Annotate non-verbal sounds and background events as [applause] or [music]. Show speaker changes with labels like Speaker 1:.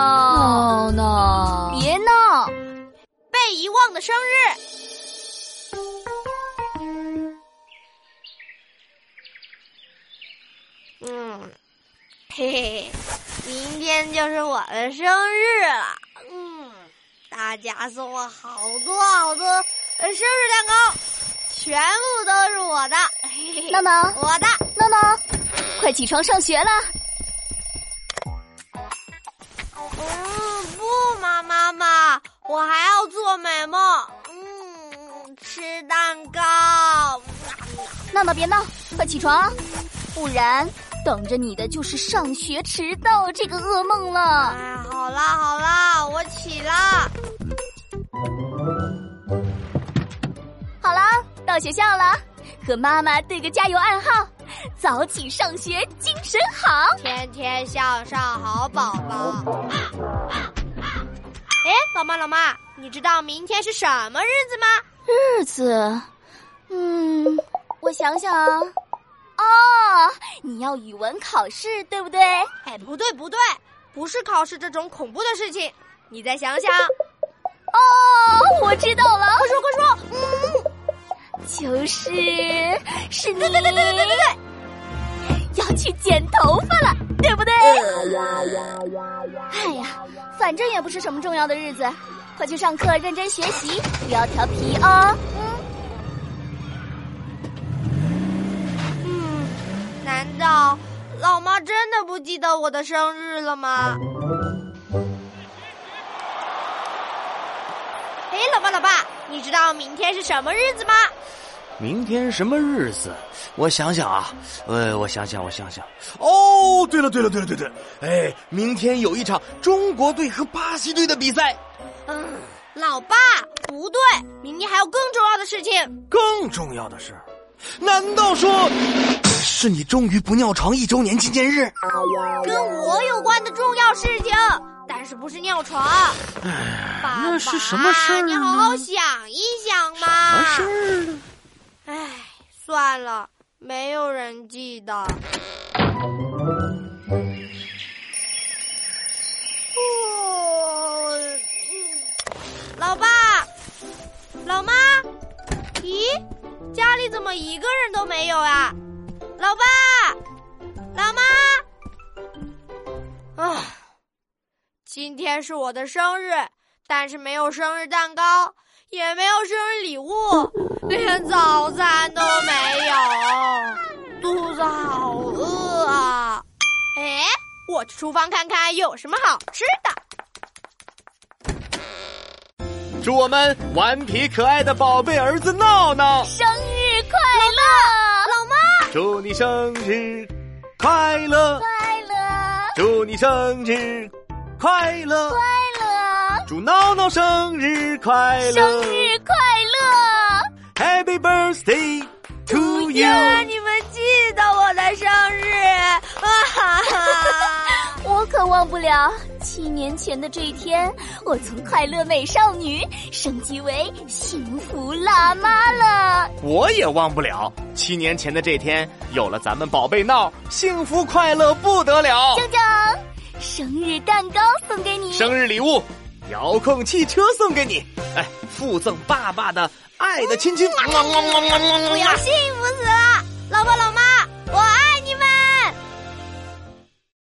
Speaker 1: 闹闹，
Speaker 2: 别闹！被遗忘的生日，嗯，嘿嘿，明天就是我的生日了。嗯，大家送我好多好多呃生日蛋糕，全部都是我的。嘿嘿
Speaker 1: 闹闹
Speaker 2: [laughs] 我的。
Speaker 1: 闹闹，快起床上学了。
Speaker 2: 嗯，不嘛，妈妈，我还要做美梦。嗯，吃蛋糕。
Speaker 1: 闹闹别闹，快起床，不然等着你的就是上学迟到这个噩梦了。
Speaker 2: 哎，好啦好啦，我起啦。
Speaker 1: 好啦，到学校了，和妈妈对个加油暗号：早起上学，精神好。
Speaker 2: 天天向上，好宝宝。哎，老妈老妈，你知道明天是什么日子吗？
Speaker 1: 日子，嗯，我想想啊，哦，你要语文考试对不对？
Speaker 2: 哎，不对不对，不是考试这种恐怖的事情。你再想想，
Speaker 1: 哦，我知道了，
Speaker 2: 快说快说。嗯。
Speaker 1: 就是是你，对对对对对对对，要去剪头发了，对不对？哎呀，反正也不是什么重要的日子，快去上课认真学习，不要调皮哦。
Speaker 2: 嗯，难道老妈真的不记得我的生日了吗？哎，老爸，老爸，你知道明天是什么日子吗？
Speaker 3: 明天什么日子？我想想啊，呃，我想想，我想想。哦，对了，对了，对了，对了，哎，明天有一场中国队和巴西队的比赛，
Speaker 2: 嗯，老爸，不对，明天还有更重要的事情。
Speaker 3: 更重要的是，难道说是你终于不尿床一周年纪念日？
Speaker 2: 跟我有关的重要事情，但是不是尿床。爸
Speaker 3: 哎那是什么事儿
Speaker 2: 爸你
Speaker 3: 呢
Speaker 2: 好好想一想嘛。
Speaker 3: 啊，事儿呢？
Speaker 2: 唉，算了，没有人记得。哦，嗯老爸，老妈，咦，家里怎么一个人都没有啊？老爸，老妈，啊，今天是我的生日，但是没有生日蛋糕，也没有生日礼物，连早餐都没有，肚子好饿啊！哎，我去厨房看看有什么好吃的。
Speaker 3: 祝我们顽皮可爱的宝贝儿子闹闹，
Speaker 1: 生日快乐，
Speaker 2: 老妈，
Speaker 3: 祝你生日快乐，
Speaker 1: 快乐，
Speaker 3: 祝你生日快乐，
Speaker 1: 快
Speaker 3: 祝闹闹生日快
Speaker 1: 乐，生
Speaker 3: 乐，
Speaker 1: 日快乐
Speaker 3: Happy birthday to
Speaker 2: 爹
Speaker 3: you！
Speaker 2: 你们记得我的生日啊！哈哈！
Speaker 1: 我可忘不了七年前的这一天，我从快乐美少女升级为幸福辣妈了。
Speaker 3: 我也忘不了七年前的这天，有了咱们宝贝闹，幸福快乐不得了。
Speaker 1: 江江，生日蛋糕送给你。
Speaker 3: 生日礼物，遥控汽车送给你，哎，附赠爸爸的爱的亲亲。
Speaker 2: 我要幸福死了！老爸老妈，我爱